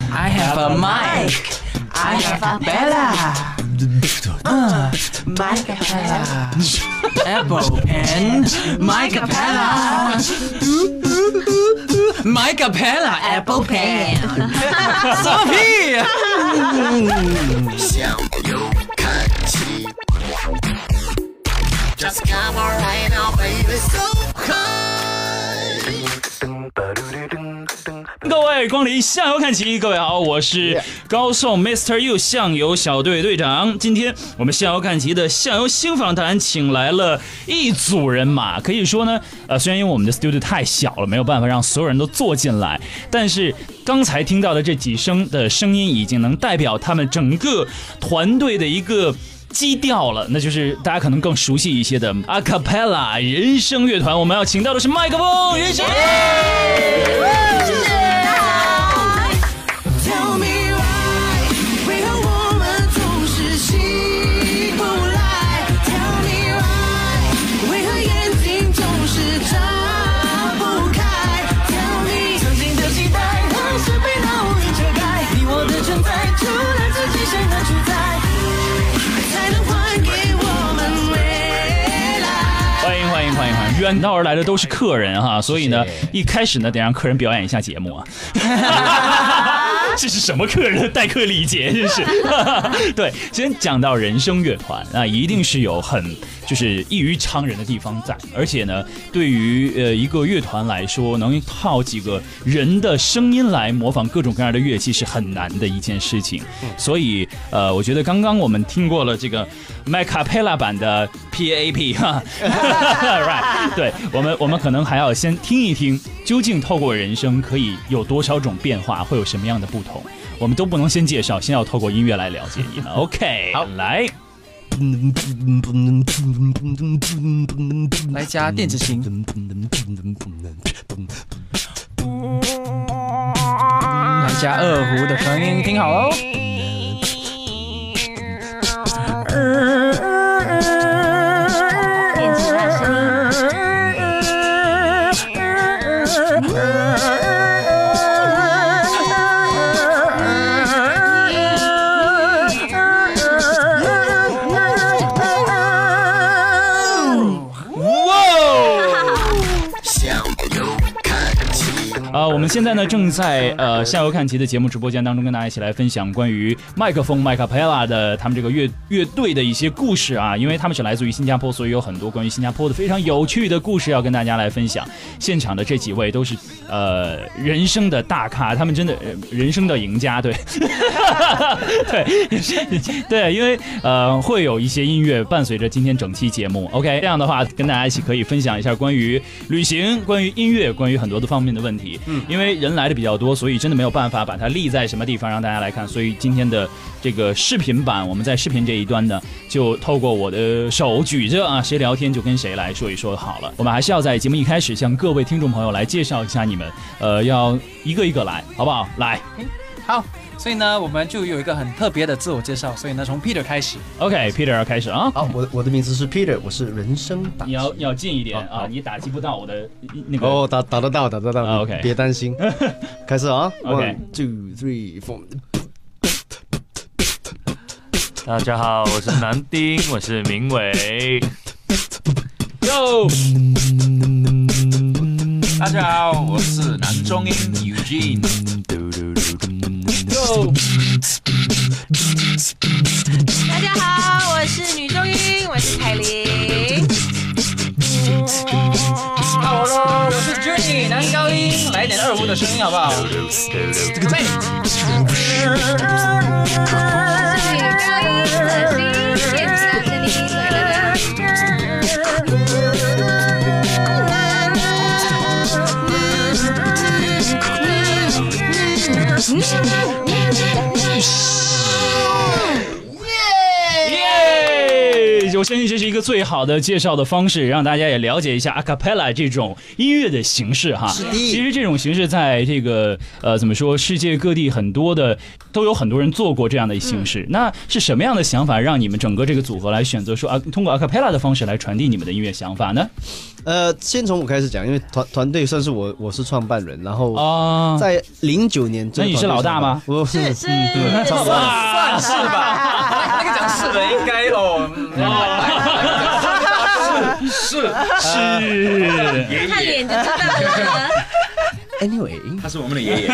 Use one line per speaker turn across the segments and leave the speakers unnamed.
I have a mic. I have a Bella. Uh, Mike Apple pen. Mike Pella. Mike Pella. Apple pen. 什么屁？
想又看齐。Just come on right now, baby, so high。
各位光临向游看齐，各位好，我是高颂 Mr. You 向游小队队长。今天我们向游看齐的向游新访谈，请来了一组人马，可以说呢，呃，虽然因为我们的 studio 太小了，没有办法让所有人都坐进来，但是刚才听到的这几声的声音，已经能代表他们整个团队的一个。基调了，那就是大家可能更熟悉一些的 a cappella 人声乐团。我们要请到的是麦克风人声乐团。
Tell me why，为何我们总是醒不来？Tell me why，为何眼睛总是张不开？Tell me，曾经的期待何时被牢里遮盖？你我的存在，除了自己谁能主宰？才能还给我们未来？
欢迎欢迎欢迎欢迎！远道而来的都是客人哈，所以呢，一开始呢得让客人表演一下节目啊。这是什么客人的待客礼节？这是。对，先讲到人声乐团啊，一定是有很就是异于常人的地方在，而且呢，对于呃一个乐团来说，能靠几个人的声音来模仿各种各样的乐器是很难的一件事情。所以呃，我觉得刚刚我们听过了这个麦卡佩拉版的 PAP 哈 ，right？对我们我们可能还要先听一听，究竟透过人声可以有多少种变化，会有什么样的不同？我们都不能先介绍，先要透过音乐来了解一下。OK，好， 来。
来加电子琴，来加二胡的声音，听好哦喽。
电吉他声音。
想又看齐。
啊，我们现在呢正在呃下游看齐的节目直播间当中，跟大家一起来分享关于麦克风麦卡佩拉的他们这个乐乐队的一些故事啊，因为他们是来自于新加坡，所以有很多关于新加坡的非常有趣的故事要跟大家来分享。现场的这几位都是呃人生的大咖，他们真的、呃人生的赢家，对， 对，对，因为呃会有一些音乐伴随着今天整期节目。OK，这样的话跟大家一起可以分享一下关于旅行、关于音乐、关于很多的方面的问题。嗯，因为人来的比较多，所以真的没有办法把它立在什么地方让大家来看。所以今天的这个视频版，我们在视频这一端呢，就透过我的手举着啊，谁聊天就跟谁来说一说好了。我们还是要在节目一开始向各位听众朋友来介绍一下你们，呃，要一个一个来，好不好？来
好，所以呢，我们就有一个很特别的自我介绍，所以呢，从 Peter 开始。
，OK，Peter、要开始啊。
好，我的我的名字是 Peter，我是人生打
你要要近一点
好
啊！你打击不到我的那个。
哦，打打得到，打得到、
啊，OK
别 担心，开始啊
OK
，One two three four，
大家好，我是南丁，我是明伟。
哟，
大家好，我是男中音 Eugene。
哟，
大家好，我是女中音，我是凯琳。
好喽，我是 Journey 男高音，来一点二胡的声音好不好？妹，
我是女高音，我是音简单的音来来来。
耶！我相信这是一个最好的介绍的方式，让大家也了解一下 a cappella 这种音乐的形式哈。其实这种形式在这个呃怎么说，世界各地很多的都有很多人做过这样的形
嗯
式。那是什么样的想法让你们整个这个组合来选择说啊，通过 a cappella 的方式来传递你们的音乐想法呢？
呃，先从我开始讲，因为团团队算是我我是创办人，然后
啊，
在零九年这个
那你是
团队
老大
上班
吗
我是
是
对差不多
哇，
是吧？那个讲是的，应该哦。
是，
是
看脸就知道了。
Anyway，
他是我们的爷爷。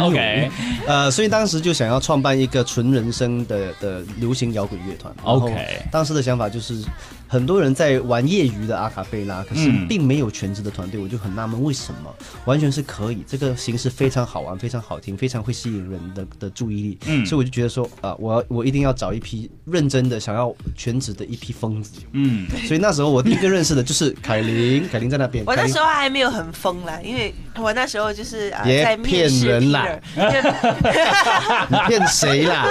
OK
呃，所以当时就想要创办一个纯人声的的流行摇滚乐团。然后
OK
当时的想法就是，很多人在玩业余的阿卡贝拉，可是
嗯
并没有全职的团队，我就很纳闷为什么，完全是可以，这个形式非常好玩，非常好听，非常会吸引人的的注意力。
嗯
所以我就觉得说，啊、我要我一定要找一批认真的想要全职的一批疯子。
嗯，
所以那时候我第一个认识的就是凯琳，凯琳在那边。
我
凯
那
琳
时候还没有很疯啦，因为我那时候就是啊，
别
在面试
骗人啦
Peter，
你骗谁啦？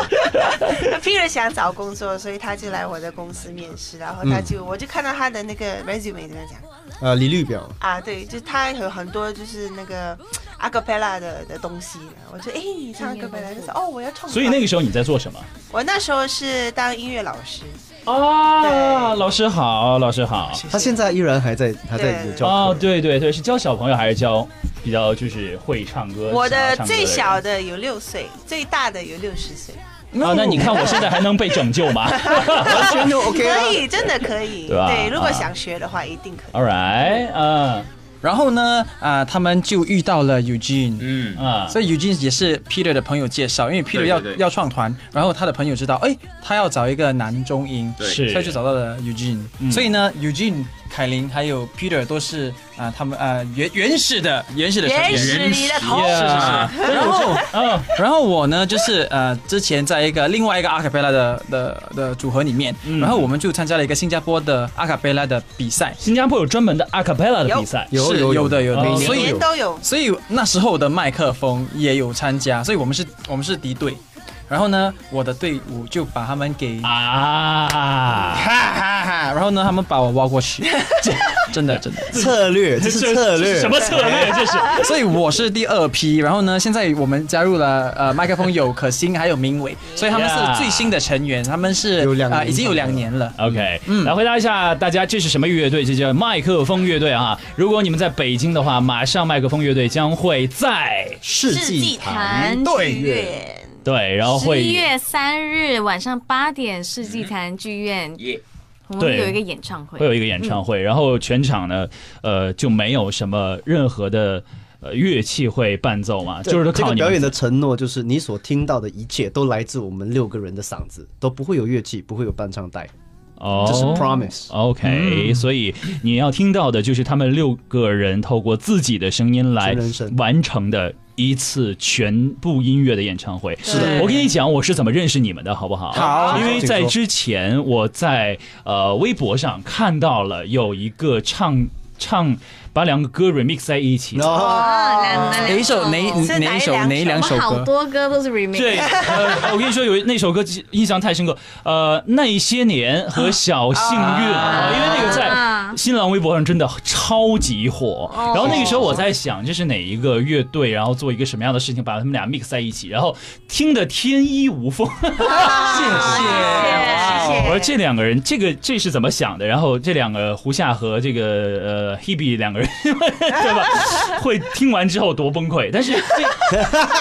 Peter 想找工作，所以他就来我的公司面试，然后
嗯
他就、我就看到他的那个 resume 怎么讲
呃，履历表。
啊，对，就他有很多就是那个 a c a p e l l a 的的东西，我就哎你唱 a c a p e l l a 就是哦我要唱，
所以那个时候你在做什么？
我那时候是当音乐老师，
哦，
对
老师好，老师好。
他现在依然还在，还在
对
教课。
哦，对对对，是教小朋友还是教比较就是会唱歌？
我
想要
的
唱歌
最
人
小的有六岁，最大的有六十岁，
啊，那你看我现在还能被拯救吗
完全就 OK 啊
可。以，真的可以，
对吧
如果
啊
想学的话，一定可以。
？All right，嗯
然后呢，啊、他们就遇到了 Eugene。
嗯，
嗯，
所以 Eugene 也是 Peter 的朋友介绍，因为 Peter
对
要
对
要创团，然后他的朋友知道，哎，他要找一个男中音，
对
是，
所以就找到了 Eugene。
嗯
所以呢，Eugene、凯琳还有 Peter 都是啊、他们啊、原原始的原始的成员
原始你的头，
Yeah，然后，
嗯
然后我呢，就是呃，之前在一个另外一个阿卡贝拉的的的组合里面，
嗯
然后我们就参加了一个新加坡的阿卡贝拉的比赛，
新加坡有专门的 a cappella 的比赛，
有
是
有
有的有
哦
的，
每
所以
年都有。
所以那时候的麦克风也有参加，所以我们是我们是敌对，然后呢，我的队伍就把他们给哈
啊，
哈哈，然后呢，他们把我挖过去，真的真的。
策略，这是策
这
略。
是什么策略？这是
所以我是第二批，然后呢，现在我们加入了呃麦克风有可心还有明伟，所以他们
Yeah
是最新的成员，他们是
有两
啊、
年
已经有
了
两年了。
OK，来
嗯
回答一下大家，这是什么乐队？这叫麦克风乐队啊！如果你们在北京的话，马上麦克风乐队将会在
世
世纪
纪坛
坛
剧
对
院，
对，然后
十
哦会
一月三日晚上八点，世纪坛剧院，我们
对
有一个演唱会
会。有一个演唱
嗯
会，然后全场呢，呃，就没有什么任何的呃乐器会伴奏嘛，就是
这
靠
个
你们
表演的承诺，就是你所听到的一切都来自我们六个人的嗓子，都不会有乐器，不会有伴唱带，
哦，
这是 promise。
OK，、所以你要听到的就是他们六个人透过自己的声音来
全人声
完成的一次全部音乐的演唱会。
是的
我跟你讲，我是怎么认识你们的，好不好？
好
因为
请
在
说
之前我在呃微博上看到了有一个唱唱把两个歌 remix 在一起的。
然后
啊，哪哪
哎哪一首哪一
是哪
哪
一
一首
两
哪一
首
两
我
首
好
歌？
多歌都是 remix。
对，呃，我跟你说，有一那首歌印象太深刻，呃，那些年和小幸运，
啊
因为那个在
啊
新浪微博上真的超级火。
哦
然后那个时候我在想，这是哪一个乐队，然后做一个什么样的事情，把他们俩 mix 在一起，然后听得天衣无缝。
谢
谢谢
我说这两个人，这个这是怎么想的？然后这两个胡夏和这个呃 Hebe 两个人， 对吧？会听完之后多崩溃，但是这。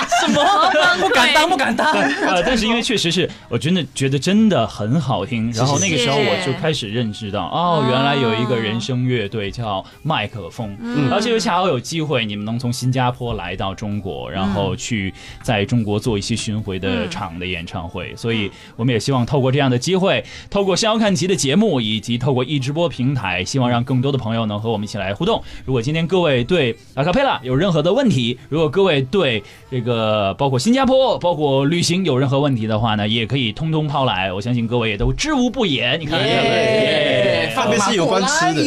不敢当，不敢当。
啊，但是因为确实是，我真的觉得真的很好听。然后那个时候
谢谢
我就开始认识到，哦，原来有一个人声乐队叫麦克风。然后这就恰好有机会，你们能从新加坡来到中国，然后去在中国做一些巡回的场的演唱会。所以我们也希望透过这样的机会，透过逍遥看齐的节目，以及透过一直播平台，希望让更多的朋友能和我们一起来互动。如果今天各位对阿卡贝拉有任何的问题，如果各位对这个包括新加坡、包括旅行有任何问题的话呢，也可以通通抛来。我相信各位也都知无不言。你看，耶
特别是有关吃的，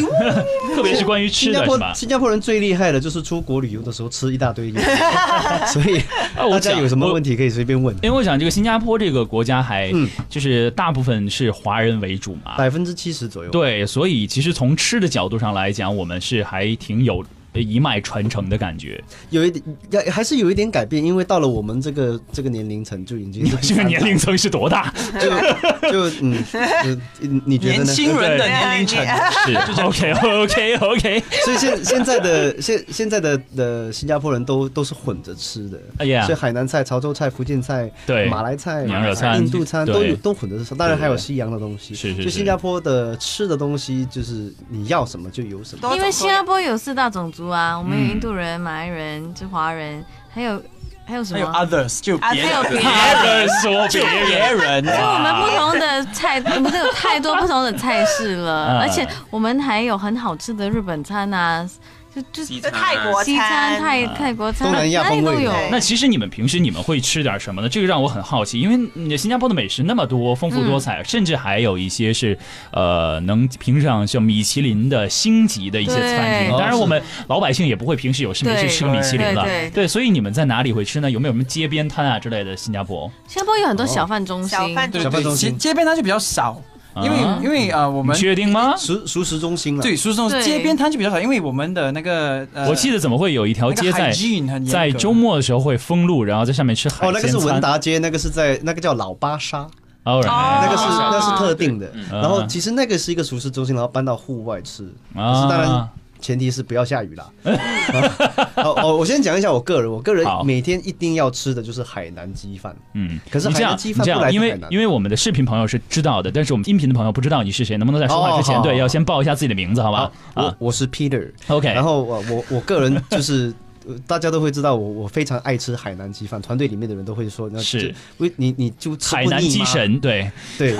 特别是关于吃
新
的
加
是
坡
吧？
新加坡人最厉害的就是出国旅游的时候吃一大堆，所以
啊我
大家
讲
有什么
我
问题可以随便问。
因为我想，这个新加坡这个国家还
嗯
就是大部分是华人为主嘛，
百分之七十左右，
对，所以其实从吃的角度上来讲，我们是还挺有呃一脉传承的感 觉，
有一点要还是有一点改变，因为到了我们这个这个年龄层就已 经
这个年龄层是多 大？
就就嗯，就你你觉得
年
呢？
轻人的年龄层，
是 OK OK OK，
所以现现在的现现在的的新加坡人都都是混着吃的，
哎呀
所以，海南菜、潮州菜、福建菜、
对
马来菜、
羊肉餐
印度餐
对
都有都混着吃，当然还有
对对对
西洋的东西。
是是
就是新加坡的吃的东西，就是你要什么就有什么。
多
因为
种
新加坡有四大种族啊，我们有
嗯
印度人、马来人、就华人，还有还有什
还有
么？
others 就别
还有
人，
别
别
的。
人说别
就别
人，
人，
就我们不同的菜，我们都有太多不同的菜式
嗯
了，而且我们还有很好吃的日本餐啊，就就
西
西
就
餐
泰国
餐、泰泰国餐，
东南亚
哪里
风
都
味
有。
对
那其实你们平时你们会吃点什么呢？这个让我很好奇，因为嗯新加坡的美食那么多，丰
嗯
富多彩，甚至还有一些是呃能评上像米其林的星级的一些餐厅。
对
当然，我们老百姓也不会平时有事没事
对
吃米其林了。
对对
所以你们在哪里会吃呢？有没有什么街边摊啊之类的？新加坡
新加坡有很多小贩中心，
小贩
对
小贩
对，
中
街
心
街边摊就比较少，因为
啊
因为呃我们
你确定吗？
熟熟食中心了，
对，，所以说
对
街边摊就比较少，因为我们的那个呃，
我记得怎么会有一条
那
街
个
在
hygiene 很严格
在周末的时候会封路，然后在上面吃海
哦，那个
鲜
是文
餐。
达街，那个是在那个叫老巴沙，
哦，
哦
那个是那是特定的。
嗯
然后其实那个是一个熟食中心，然后搬到户外吃，可
啊
是当然前提是不要下雨 啦。好，哦，我先讲一下我个人，我个人
好
每天一定要吃的就是海南鸡饭。
嗯，
可是
你这
海
样，
南鸡
你
饭
这
不
样，
来自
因为
海南
因为我们的视频朋友是知道的，但是我们音频的朋友不知道你是谁，能不能在说话
哦
之前，
好
对，
好
要先报一下自己的名字，好吧？啊哎
我我是 Peter，
，OK，
然后我我我个人就是。呃大家都会知道我，我非常爱吃海南鸡饭，团队里面的人都会说，那
是
就为你你就吃不
海南
腻
鸡
吗，
神，对，
对，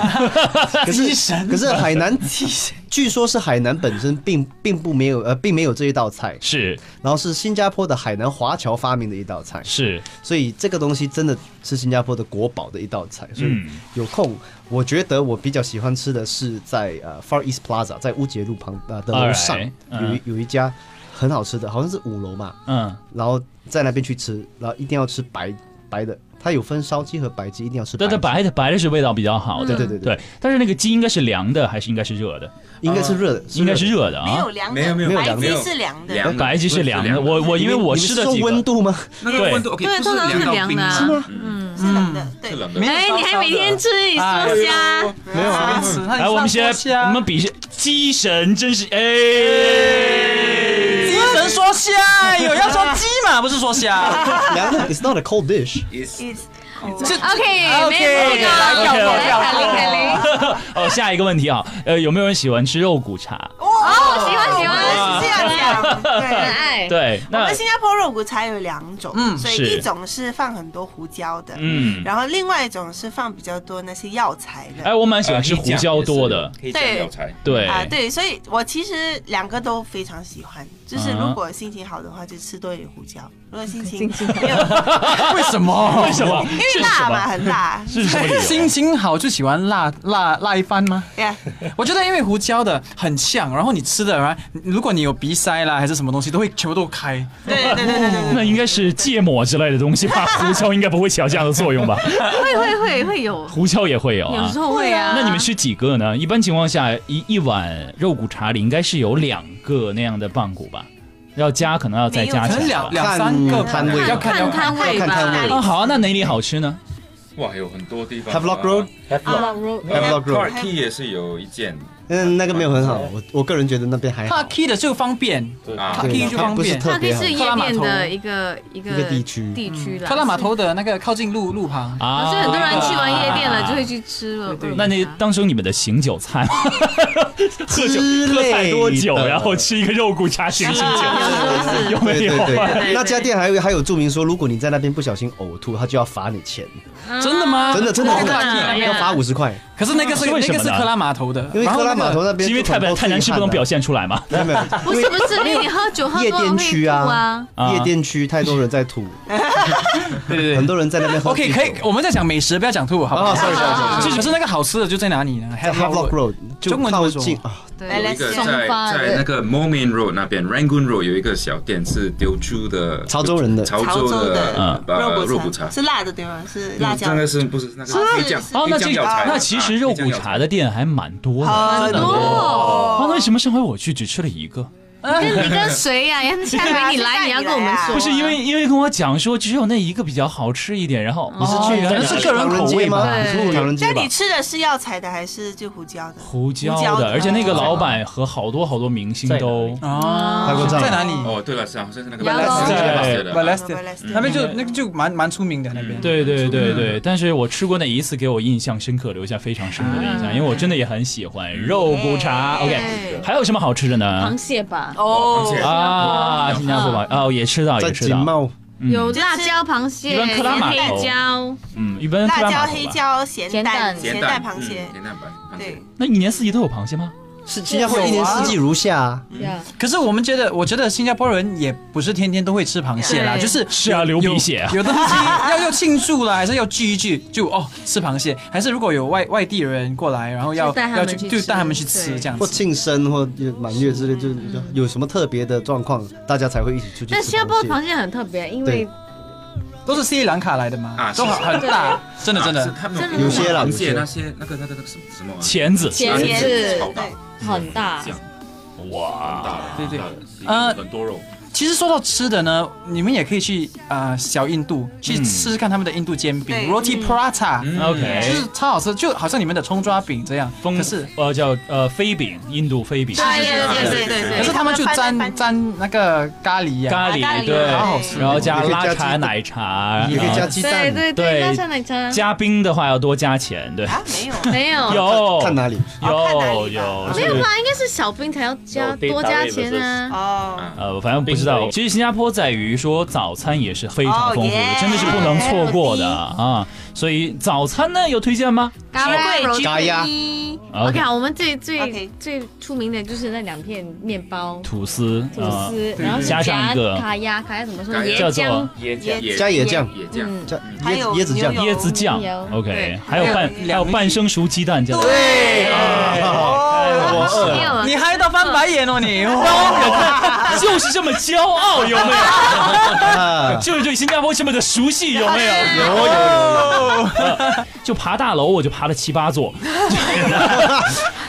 可是可是海南鸡，据说是海南本身并并不没有呃并没有这一道菜，
是
然后是新加坡的海南华侨发明的一道菜，
是，
所以这个东西真的是新加坡的国宝的一道菜，所以
嗯
有空，我觉得我比较喜欢吃的是在呃 Far East Plaza，在乌节路旁呃的楼上
Alright，
有一有一家很好吃的，好像是五楼嘛，
嗯，
然后在那边去吃，然后一定要吃白白的，它有分烧鸡和白鸡，一定要吃白
但
鸡。
它白的白的是味道比较好的，
对对对
对，但是那个鸡应该是凉的还是应该是热的？
应该是热的，
应该是热
热
的
没
啊
有，凉的，
没有没有
没有
白
凉的
鸡是凉的，
凉的
白鸡是凉的，我我
的。
因为
你们
我
你们
吃
是
的
说
几
温
个，
度吗？
那个温度 OK，
对
不
通常是
凉到
凉
冰
的啊
吗？
嗯，
是凉的，对
是，冷的
没。有
哎，你还每
啊
天吃你
哎
说虾，
没有啊，随便吃
哎来，我们先我们比一下鸡神，真是哎，
精神说虾，有要说鸡嘛，不是说 虾。
凉的，It's not a cold dish。
哦 OK，没有这个，哎
OK，OK，OK，
有
我
凯琳，凯
哎
琳，
哦，下一个问题啊，呃，有没有人喜欢吃肉骨茶？
哦，喜欢喜欢，
这样讲，
很
对。
爱，
对，
我
那
们新加坡肉骨茶有两种，
嗯
所
是
以一种是放很多胡椒的，
嗯
然后另外一种是放比较多那些药材的。
哎，我蛮喜欢
啊
吃胡
呃
椒多的，，
可以加
对
药材。
对
啊，对，所以我其实两个都非常喜欢。就是
嗯
如果心情好的话，就吃多一点胡椒；如果心情
心情好
没有，因
为什么？
为什？么？
为辣嘛，很辣。
是什么？是什么理
心
由？
情好就喜欢辣辣辣一番 吗？
Yeah，
我觉得因为胡椒的很呛，然后你吃的，然后如果你有鼻塞啦还是什么东西，都会全部都开。
对对对对对对
那应该是芥末之类的东西吧，胡椒应该不会起到这样的作用吧？
会会会会有，
胡椒也会有
有
啊
时。候会啊。
那你们吃几个呢？一般情况下，一一碗肉骨茶里应该是有两个那样的棒骨吧，要加可能要再加
可
起
能
来
两
吧。
两三个吧
摊位
要啊看
看
要看。
摊位
要看摊
吧
位。
啊，好啊，那哪里好吃呢？
哇，有很多地方。
Havelock Road
Road，Havelock
啊 Havelock Road
Clarke Quay 也是有一间
嗯，那个没有很好，我我个人觉得那边还
怕
好。
key 的就方便，
啊
对，Clarke Quay 就
它
方
不是
便
它
特
可以
别好
是。夜店的一个一个
一个地区嗯
地区啦。
克拉码头的那个靠近路路旁。
啊，
所以很多人去完夜店了就会。去吃了。
对对
那
嗯
那当成你们的醒酒菜， 喝酒
之
喝
类
太多酒，
的
然后吃一个肉骨茶醒醒酒，有没
对
有
对
啊？
对，
对
那家店还有还有注明说，如果你在那边不小心呕吐，他就要罚你钱，
啊真的哎吗？
真的真的真的要罚五十块，
可是那个是
是为
那
什么呢
个是克拉码头的，
因为
然后
克拉
那个
码头那边
是因为太白太难吃不能表现出来嘛？
现，没有没
不是不是，因为你喝酒喝
夜
多了
店
会
区
吐
啊
啊。
啊
有，夜店区太多人在吐，
对对对，
很多人在那边喝
OK，
啤酒
可以，我们在讲美食，不要讲吐，好不好？
啊，sorry sorry sorry，
就是可是那个好吃的就在哪里呢
在 Havelock Road 就
中文怎
靠
么说
近啊，
对，
有
来
一个
松
在
发
在那个 Momin Road 那边，Rangoon Road 有一个小店是丢出的
潮州人的
潮
潮州
的
的
呃
肉
肉
骨
骨
茶
茶，
是辣的对吗？是
嗯
辣椒
那。个是不是那个黑酱？
哦，那这
黑
个
酱药材
那其实肉骨茶的店还蛮多的。
很
多
哦，那为什么上回我去只吃了一个？
跟你 跟谁呀、人家下回你来，你要跟我们
啊
啊
说。
不是因为因为跟我讲说只有那一个比较好吃一点，然后
你是去
哦原来
哪里
是个人口味嘛
啊唐人街吗？
对
唐人
那
街吧
你。吃的是药材的还是就胡椒的？
胡椒
胡椒
的，
的
而且那
啊
个老板和好多好多明星
在哪
都
里
啊，
泰国站
在哪里？
哦，对了，是好像是那个
然
后
写
在 v a
的，
l e
啊
s t i
Balestier
那边就那个就蛮蛮出名的那边。
对对对对，但是我吃过那一次，给我印象深刻，留下非常深刻的印象，因为我真的也很喜欢肉骨茶。OK，还有什么好吃的呢
螃？蟹吧，
哦螃蟹
啊，新加坡吧，哦，也吃到
在
也吃
锦
啊
到，
茂，
嗯
有辣椒螃蟹、
一般克拉码头
黑椒，
嗯，一般
辣
克
椒、
拉
黑
玛口吧。
椒、咸
咸
蛋、
蛋
咸
蛋
蛋螃蟹
嗯，咸蛋螃螃蟹
对，，
那一年四季都有螃蟹吗？
是
啊
新加坡一年四季如夏啊。
可是我们觉得，我觉得新加坡人也不是天天都会吃螃蟹啦，
对
就是
是啊，流鼻血啊。
有东西要要庆祝啦，还是要聚一聚，就哦吃螃蟹，还是如果有外外地人过来，然后要
就带他们
要
去
就
吃
带他们去吃
对
这样
或
子。
庆生或满月之类，就是有什么特别的状况，大家才会一起出去吃螃蟹。
但新加坡的螃蟹很特别，因为
都是斯里兰卡来的嘛，
啊
都
是
很很大，真的真
啊是
的。
他们
有些啦
螃
有
蟹
些
那些那个那个那个什么什么啊
钳子，
茄
茄
子
超大，
很大
这，样
哇，
大的，
对对
大的
呃
啊很多肉，
其实说到吃的呢，你们也可以去啊、呃小印度去
嗯
吃吃看他们的印度煎饼
对
（roti prata），、
嗯
OK
就是超好吃，就好像你们的葱抓饼这样。
哎风
可是
呃叫呃飞饼，印度飞饼，
对对对对
可
对
是他们就
翻
沾
翻
沾那个咖喱呀、
咖
咖
喱
喱
对，
好好吃
然后加
也可以加
拉
鸡
茶
蛋
奶茶，
也可以
然
加
后
鸡
对
蛋。
对
对对，辣椒奶茶
加冰的话要多加钱，对，
啊，没有，
没有
有
看哪里？
哦看哪
有
里吧
有
啊没有
是
吧？应该是小兵才要加
有对
多加钱啊。
哦，
呃，反正不知道。
冰
其实新加坡在于说早餐也是非常丰富的
哦，耶
真的是不能错过的啊。所以早餐呢有推荐吗？
嘎啦
嘎呀
OK，好我们最最
OK
最出名的就是那两片面包
吐司，
吐
啊
司，然后
加上一个
卡呀卡呀怎么说
卡？呀
椰
叫
浆
做
椰浆
椰
加椰酱，
也这样，
嗯
加
还
椰
有
椰子酱
牛，油
椰子酱
牛油
，OK，
对
还有半
还
还有半生熟鸡蛋叫哎做。
对，
哦，
我饿
没
了。
有啊
你嗨到翻白眼哦你！哇
有看，就是这么骄傲，有没有？
啊
就是对新加坡这么的熟悉，有没有？
有有有
就爬大楼，我就爬了七八 座。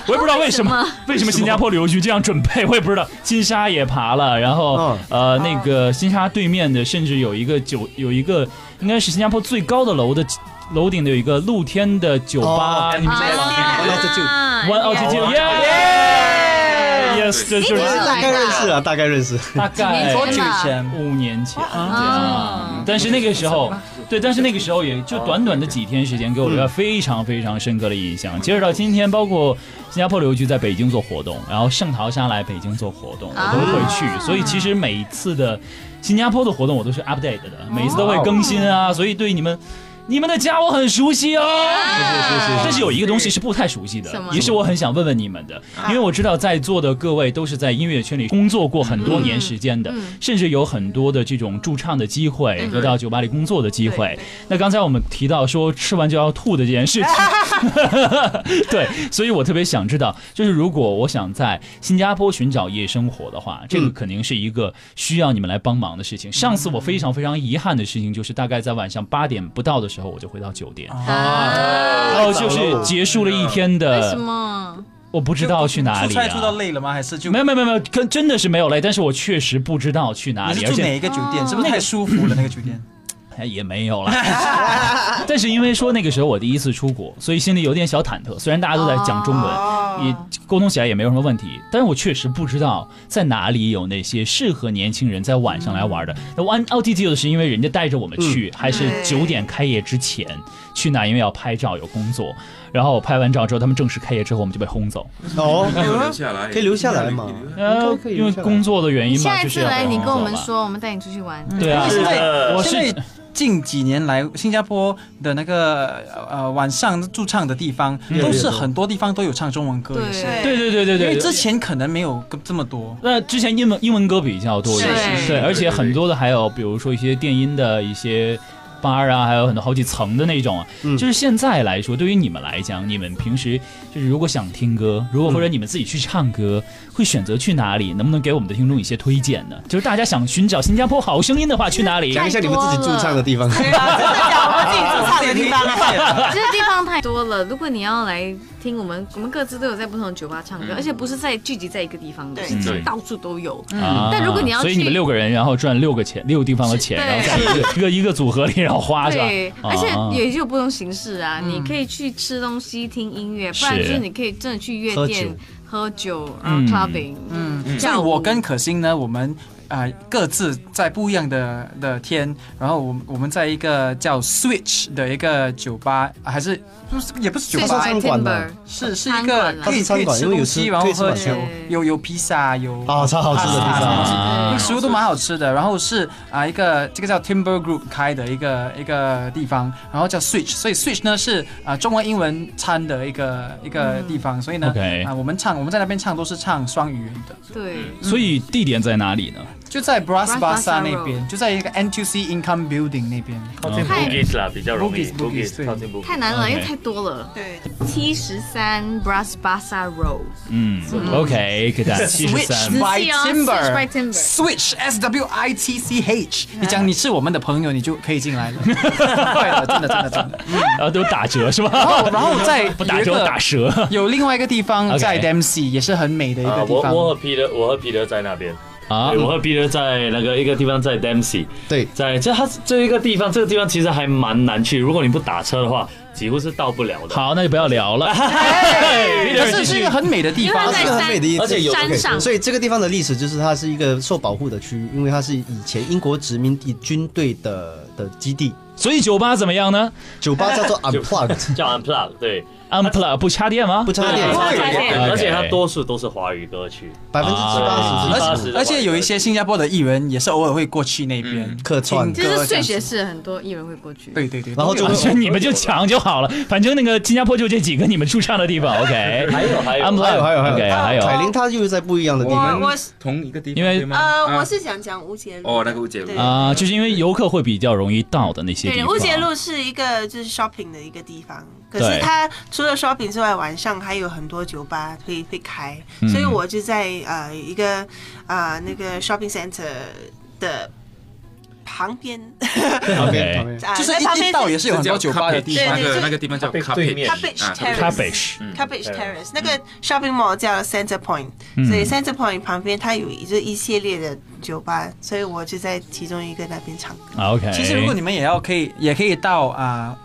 我也不知道为什么，为什么新加坡旅游局这样准备，我也不知道。金沙也爬了，然后
嗯
呃，那个新沙对面的，甚至有一个酒，有一个应该是新加坡最高的楼的楼顶的有一个露天的酒吧
哦
你们知道吗
有，那这就
啊
，One o u t
Altitude
y e a h yes，这就是
哎
大概认识啊，大概认识。
大概
多久以
吧
前？
五年前。
啊，
但是那个时候，对，但是那个时候也就短短的几天时间，给我留下非常非常深刻的印象。截止到今天，包括新加坡旅游局在北京做活动，然后圣淘沙来北京做活动，我都会去。所以其实每一次的新加坡的活动，我都是 update 的，每一次都会更新啊。所以对你们。你们的家我很熟悉哦，但是有一个东西是不太熟悉的
什，么啊
也是我很想问问你们的，因为我知道在座的各位都是在音乐圈里工作过很多年时间的，
嗯
甚至有很多的这种驻唱的机会，
对
回到酒吧里工作的机会
对。
那刚才我们提到说吃完就要吐的这件事情， 对，所以我特别想知道，就是如果我想在新加坡寻找夜生活的话，这个肯定是一个需要你们来帮忙的事
嗯
情。上次我非常非常遗憾的事情就是，大概在晚上八点不到的时候，我就回到酒
啊
店，然后就是结束了一天
啊为什
的，
么？
我不知道去哪里
出差出到
啊。
累了吗？还是就
没有没有没有没有，跟真的是没有累，但是我确实不知道去哪
你
里，
是
而
住
且嗯
哪一个酒店？是不是太舒服了那个酒店？
哎，也没有了。 但是因为说那个时候我第一次出国，所以心里有点小忐忑。虽然大家都在讲中文，也沟通起来也没有什么问题，但是我确实不知道在哪里有那些适合年轻人在晚上来玩的。那 One Altitude 是因为人家带着我们去，还是九点开业之前去那，因为要拍照有工作。然后拍完照之后，他们正式开业之后，我们就被轰走。
哦，
嗯
没有留下来，
可以留下来嘛
可以留下来
呃
该，可以
因为
留下来
工作的原因嘛，
下一
就是
次
要
来
被
你
轰
跟我
走
们
嘛。
说，我们带你出去玩。
对啊，
现在
我是
现在近几年来，新加坡的那个呃晚上驻唱的地方，
嗯
都是很多地方都有唱中文歌，也是。
对
对对对对
因
对，
为之前可能没有这么多。
那之前英文英文歌比较多一
是
些，对，
是
是
而且
对对
很多的还有比如说一些电音的一些 bar 啊，还有很多好几层的那种啊。
嗯
就是现在来说，对于你们来讲，你们平时就是如果想听歌，如果或者你们自己去唱歌，会选择去哪里？能不能给我们的听众一些推荐呢？就是大家想寻找新加坡好声音的话，去哪里？
讲一下你们自己驻唱的地方。
对啊，真的讲我们自己驻唱的地方啊。
这个地方太多了。如果你要来听我们，我们各自都有在不同的酒吧唱歌，
嗯
而且不是在聚集在一个地方的，
对
嗯
是
对
到处都有。
啊
嗯但如果你要
所以
去
你们六个人，然后赚六个钱，六个地方的钱，
对
然后在一个一个一个组合里，然后花是吧？
对，
啊嗯
而且也就有不同形式啊，你可以去吃东西、听音乐，不然就是
是
你可以真的去夜
喝
店
酒
喝酒，然后
嗯
clubbing，
嗯，所以
跳舞
我跟可心呢，我们啊、呃各自在不一样的的天，然后我们我们在一个叫 Switch 的一个酒吧，啊还是不是也不是酒
是
吧，
餐馆嘛
Timber
是是
餐
一个
馆啦
可以可
餐
以
馆
吃
因为
东
有
西，
吃
然后
可以吃
喝
晚
酒
餐，
有有披萨，有
啊，超好吃的披
啊
萨，
那
啊
个食物都蛮好吃的。然后是啊，一个这个叫 Timber Group 开的一个一个地方，然后叫 Switch，所以 Switch 呢是啊中文英文掺的一个一个
嗯
地方，所以呢
OK
啊我们唱我们在那边唱都是唱双语的，
对，
所以地点在哪里呢？
就在 Brass
Bras
Basa
Basah
那边，就在一个 N2C Income Building 那边。
靠近 Bugis 啦，比较容易
Bugis- Bugis，
Bugis
对
靠近 Bugis。
太难了，
OK
因为太多了。
对，
七十三 Brass Basa Road，
嗯，OK，给大家七十
Switch
三。
仔
by
细哦，Switch by
Timber
Timber
Switch S W I T C H，你讲你是我们的朋友，你就可以进 来了。快了，真的真的真的。
然啊后都打折是吧？
然后然后再
不打
有一
折
个
打折。
有另外一个地方
OK
在 Dempsey 也是很美的一
啊，
个
我
地
我
方，
和 Peter，我和 Peter 在那边，
啊
对，我和 Peter 在那个一个地方在 Dempsey，
对，
在这它这一个地方，这个地方其实还蛮难去，如果你不打车的话，几乎是到不了的。
好，那就不要聊了。
可哎是是一个很美的地
因
方
为它。
是
在
个很美的一
而且有
山上
OK，所以这个地方的历史就是它是一个受保护的区域，因为它是以前英国殖民地军队的的基地。
所以酒吧怎么样呢
酒吧叫做 Unplugged，
叫 Unplug，对，
？Unplug 不插电吗
不？插电，
对
对对
OK
而且它多数都是华语歌曲，
百分之七八
啊
十
而
是
八十
且而且有一些新加坡的艺人也是偶尔会过去那边
嗯
客串
听
就
歌
是
这
碎
样
雪
子。
是很多艺人会过去。
对对对，
然后就
都
会
有
啊就你们就抢就好了，反正那个新加坡就这几个你们驻唱的地方，OK。
还有还
哎
有哎
Unplug
还有还有还有
OK，还有
凯琳她又在不一样的地
我
方。
我
们同一个地
因
方，
为
对吗
呃，
啊
我是想讲乌节路。
哦，那个误解了
对
啊，就是因为游客会比较容易到的那些地
对，
方。
乌节路是一个就是 shopping 的一个地方，可
对
是它除了 shopping 之外，晚上还有很多酒吧会会开，
嗯
所以我就在呃一个啊那个 shopping center 的旁边，
OK。
边
啊
就是
在旁
一
边
一道也是有很多酒吧的地
对
方
那。个
就
那个地方叫
对
Cup
对面
Cabbage
啊
Terrace
Cabbage，
嗯
Cabbage
Terrace
Terrace 那个 shopping mall 叫 Center Point，、所
嗯
以
嗯
Center Point 旁边它有一就一系列的酒吧，所以我就在其中一个那边唱歌。
啊 OK，
其实如果你们也要可以，也可以到啊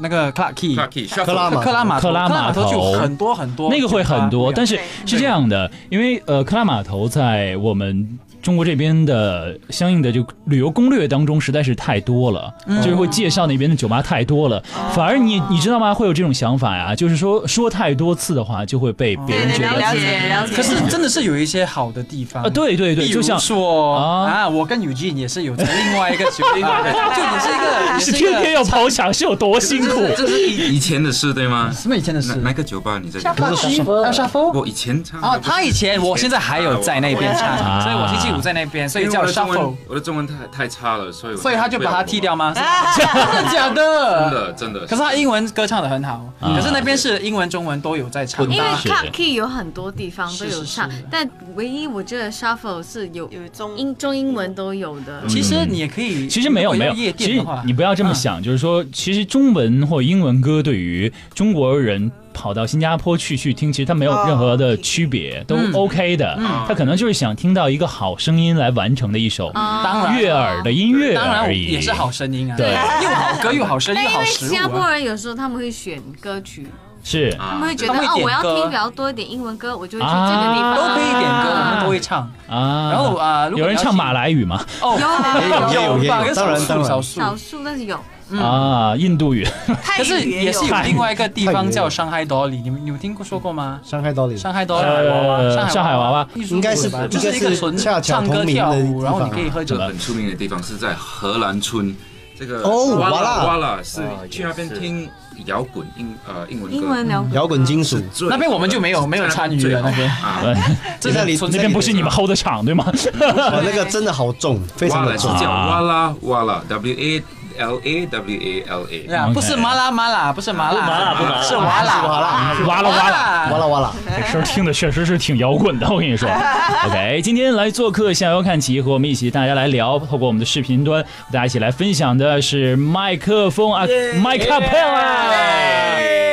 那个 Clark Key
Clarke
克拉玛
嗯克拉码头，
克拉码头
头就很多很多，
那个会很多，但
是
是
对
是这样的，因为呃，克拉码头在我们中国这边的相应的就旅游攻略当中实在是太多了，就是会介绍那边的酒吧太多了，反而你你知道吗？会有这种想法呀，就是说说太多次的话，就会被别人
对
觉
对，
得
了
啊、
解了解。
可是啊真的是有一些好的地方。
对对对，
比
就
如
像
说
啊
啊，我跟 Eugene 也是有在另外一个酒 吧，就也是一个，也
是
是一
天
啊个
天要跑场是有多辛苦？
这是以以前的事对吗？
什么以前的事
那？那个酒吧你在？
不是什么，还有沙发。
我以前唱的
哦，他以前，我现在还有在那边唱，
啊
所以我星期五在那边，所以
因为我
叫
的中
shuffle，
文我的中文太太差了，所以我
所以他就把他
不要
踢掉
我
吗？真的假
真
的？
的真的。
可是他英文歌唱的很好，
嗯
可是那边是英文、中文都有在唱。
因为
是
Club Key 有很多地方都有唱
是是是，
但唯一我觉得 Shuffle 是有
有中
英中英文都有的。
其实你也可以，
其实没有
如果
没
要
有，
夜
其
店
实
的话，啊
你不要这么想，就是说，其实中文或英文歌对于中国人跑到新加坡去去听，其实它没有
哦
任何的区别，都
嗯
OK 的。他可能就是想听到一个好声音来完成的一首
啊
当然
悦耳的音乐
当然
而已。
也是好声音啊，
对
又好歌又好声音
但
又
因
好
为
食
新加
物
坡
啊。
人有时候他们会选歌曲，
是
他
啊
们会觉得
他们会
哦，我
点
要
歌
听比较多一点英文歌，我就会去这个地
啊
方。
都可以点歌，我们都会唱。
啊。
然后啊，如果
有人唱马来语嘛？
哦，
有
有也有
吧跟
当
少
然
数
当然
少数。
少数，但是有。
嗯
啊，印度语
泰
可是
语
也
也有
是有另外一个地方
泰
叫
语
上海岛里，你们你们听过说过吗？
伤害道理。
上海岛里
上海娃娃
呃
上海娃娃
艺术
应该是
吧
应
就
该
是一个
是
纯
恰巧
唱歌
同名
跳
的
舞，
地
然后
方
你可以喝
这
酒
个。很出名的地方是在荷兰村，这个
哦
哇
哇啦
哇啦是
哦也
去那边
是
听摇滚英呃英文歌，
英文
嗯
聊
摇滚金属
是，最
那边我们就没有没有参与了，那边
啊，
这
那里
纯
那
粹
边不是你们 hold 的场对吗？
嗯
哇，那个真的好重，非
哇
常
啦
的
是
重。
叫
啊
哇啦哇啦 W A L A W A L A，
呀，
OK
啊不是麻辣麻辣，不是麻
麻辣
辣，
不麻辣
是瓦
是
拉。
瓦拉，
哇啦哇啦。
哇啦哇啦，
这声儿听的确实是挺摇滚的，我跟你说。OK，今天来做客向右看齐，和我们一起大家来聊，透过我们的视频端，大家一起来分享的是麦克风啊，麦克贝拉。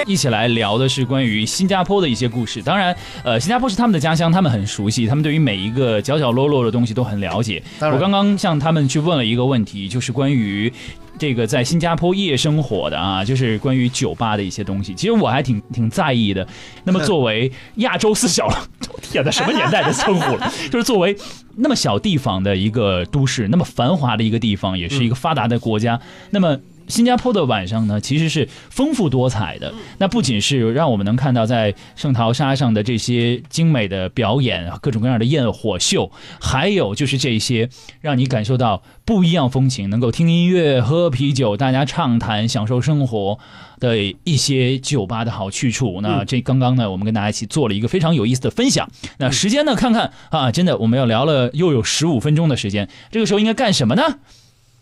一起来聊的是关于新加坡的一些故事。当然，呃，新加坡是他们的家乡，他们很熟悉，他们对于每一个角角落落的东西都很了解。
当然
我刚刚向他们去问了一个问题，就是关于。这个在新加坡夜生活的啊，就是关于酒吧的一些东西，其实我还挺挺在意的。那么作为亚洲四小龙，我 天哪，什么年代的称呼 了？就是作为那么小地方的一个都市，那么繁华的一个地方，也是一个发达的国家，那么。新加坡的晚上呢，其实是丰富多彩的。那不仅是让我们能看到在圣淘沙上的这些精美的表演，各种各样的焰火秀，还有就是这些让你感受到不一样风情，能够听音乐、喝啤酒，大家畅谈、享受生活的一些酒吧的好去处。那这刚刚呢，我们跟大家一起做了一个非常有意思的分享。那时间呢，看看啊，真的我们要聊了又有十五分钟的时间，这个时候应该干什么呢？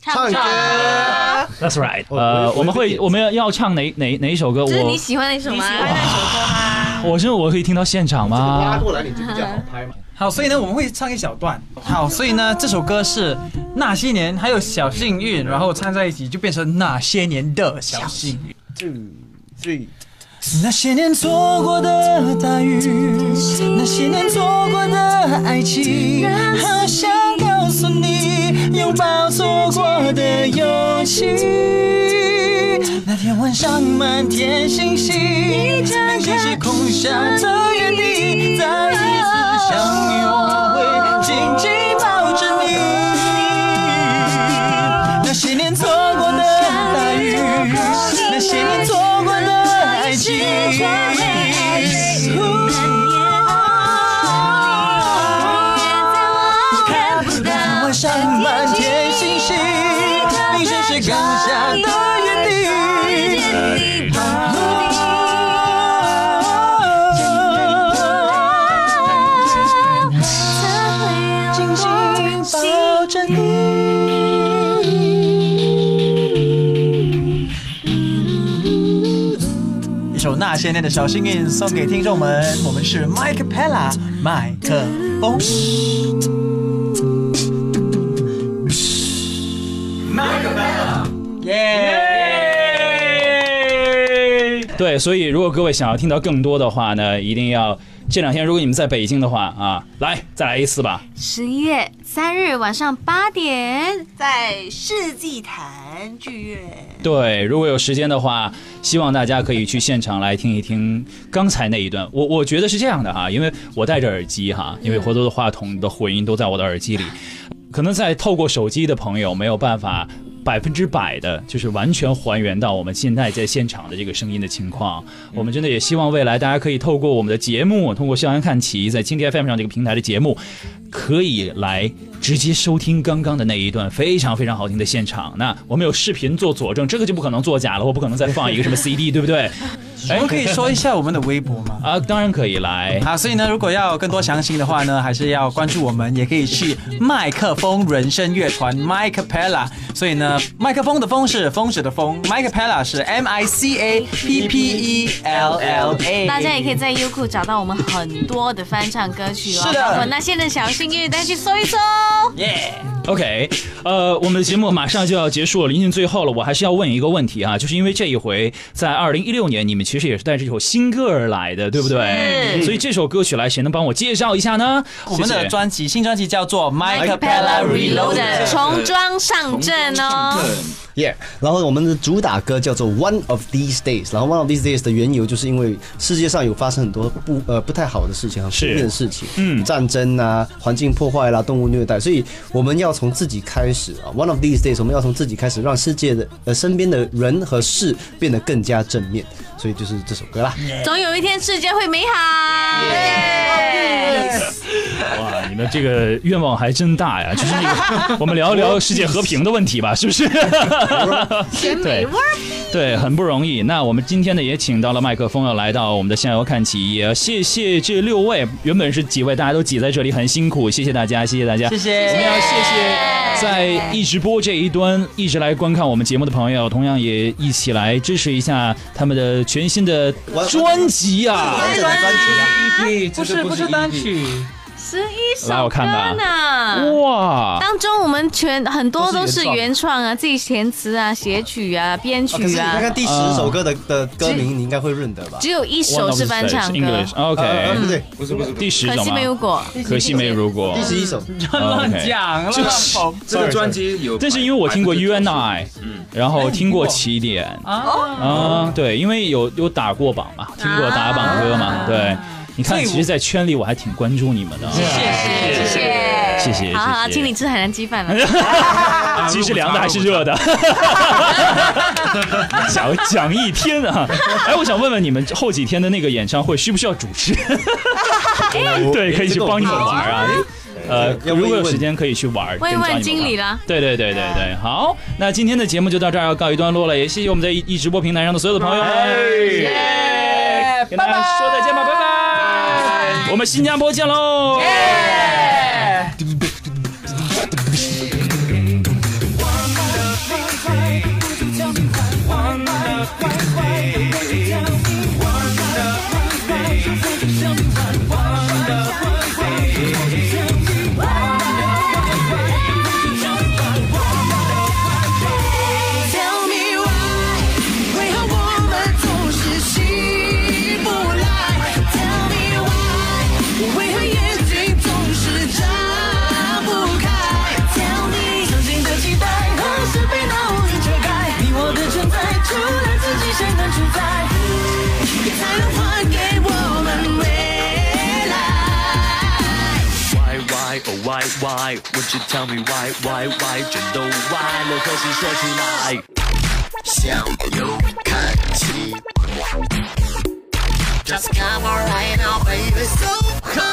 唱歌，
That's right。呃，我们会我们要要唱哪哪哪一首歌？
就是
我
你喜欢那首吗？
我真的我可以听到现场吗？
来你就比较好拍嘛。
好，所以呢，我们会唱一小段。好，所以呢，这首歌是《那些年》还有《小幸运》，然后掺在一起就变成《那些年的小幸运》。那些年错过的大雨，那些年错过的爱情，好想告诉你，拥抱错过的勇气。那天晚上满天星星，那些空巷走远地，再一次相遇，我会紧紧抱着你。那些年错过的大雨，那些年错过的爱情。啊
看不到
那晚上满天星星，冰山雪更下的原地。紧紧抱着你。一首《那些年的小幸运》送给听众们，我们是 Mike Pella 麦克风。
对，所以如果各位想要听到更多的话呢，一定要这两天，如果你们在北京的话啊，来再来一次吧。
十一月三日晚上八点，
在世纪坛剧院，
对，如果有时间的话，希望大家可以去现场来听一听刚才那一段。我我觉得是这样的哈，因为我戴着耳机哈，因为回头的话筒的回音都在我的耳机里，可能在透过手机的朋友没有办法。百分之百的，就是完全还原到我们现在在现场的这个声音的情况。
嗯
我们真的也希望未来大家可以透过我们的节目，通过《校园看齐》在蜻蜓 FM 上这个平台的节目，可以来直接收听刚刚的那一段非常非常好听的现场。那我们有视频做佐证，这个就不可能作假了，我不可能再放一个什么 CD，对不对？哎
我 们可以说一下我们的微博吗？
啊，当然可以来。
好，所以呢，如果要更多详情的话呢，还是要关注我们，也可以去麦克风人声乐团 Mike Pella。所以呢，麦克风的风是风水的风，Mike Pella 是 M I C A P P E L L A。
大家也可以在优酷找到我们很多的翻唱歌曲哦，
是的
包括那些的小幸运，大家去搜一搜。
耶
OK，呃，我们的节目马上就要结束了，临近最后了，我还是要问一个问题啊，就是因为这一回在二零一六年，你们其实也是带着一首新歌而来的，对不对？所以这首歌曲来，谁能帮我介绍一下呢？
我们
谢
的
谢
专辑新专辑叫做 Mike Pella Reloaded。
重装上阵哦。
耶、然后我们的主打歌叫做《One of These Days》，然后《One of These Days》的缘由就是因为世界上有发生很多不呃不太好的事情，很负
是
面的事情，
嗯
战争啊、环境破坏啦、动物虐待，所以我们要从自己开始啊，《One of These Days》我们要从自己开始，让世界的呃身边的人和事变得更加正面，所以就是这首歌啦。
总有一天世界会美好。
哇，你们这个愿望还真大呀！就是那个，我们聊一聊世界和平的问题吧，是不是？ 对对，很不容易。那我们今天呢，也请到了麦克风，要来到我们的向游看齐，也谢谢这六位，原本是几位，大家都挤在这里，很辛苦，谢谢大家，谢谢大家，
谢谢
我们要谢谢在一直播这一端一直来观看我们节目的朋友，同样也一起来支持一下他们的全新的专辑啊！
E
完整的专辑啊，
不是不是单曲，
十一首
来我看看
歌呢。
哇
当中我们全很多
都
都
是
是
原创
原创啊，自己填词啊、写曲啊、编
啊可是
曲
你
啊
看，看第十首歌的的歌名，你应该会认得吧？
只有一首是翻唱歌。
啊
嗯
OK，
呃不
嗯
对，
不是不是，
第十
可
首
惜
吗
没？有果，
可惜没如果
第。十一首，
乱
讲
这
乱
是
缝
这个专辑有，
但是因为我听过 U N I，
嗯
然后听过起点
啊，
啊，对，因为有有打过榜嘛，听过打榜歌嘛，对。你看，
啊所以
其
我
实，在圈里我还挺关注你们的啊，
谢谢谢谢。
谢谢，
好好好，
谢谢
请你吃海南鸡 饭了。
鸡是凉的还是热的？ 讲讲一天啊！哎，我想问问你们后几天的那个演唱会需不需要主 持？
哎
对，可以去帮你们玩啊。呃，
要问一
如果有
问
时间可以去玩，
问一
跟着你
问
们
经理
玩
啦。
对对对对对，好，那今天的节目就到这儿要告一段落了，也谢谢我们在一一直播平台上的所有的朋友们，跟大家说再见吧，拜拜，我们新加坡见喽。
Tell me why，为何我们总是起不来？Tell me why，为何眼睛总是睁不开？Tell me，曾经的期待何时被naughty 遮盖？你我的存在，除了自己谁能主宰？才能还给我们未来？
Why why oh why why would you tell me why why why 全都歪了，何时说出来？
向右看齐。Just come on right now, baby, so high.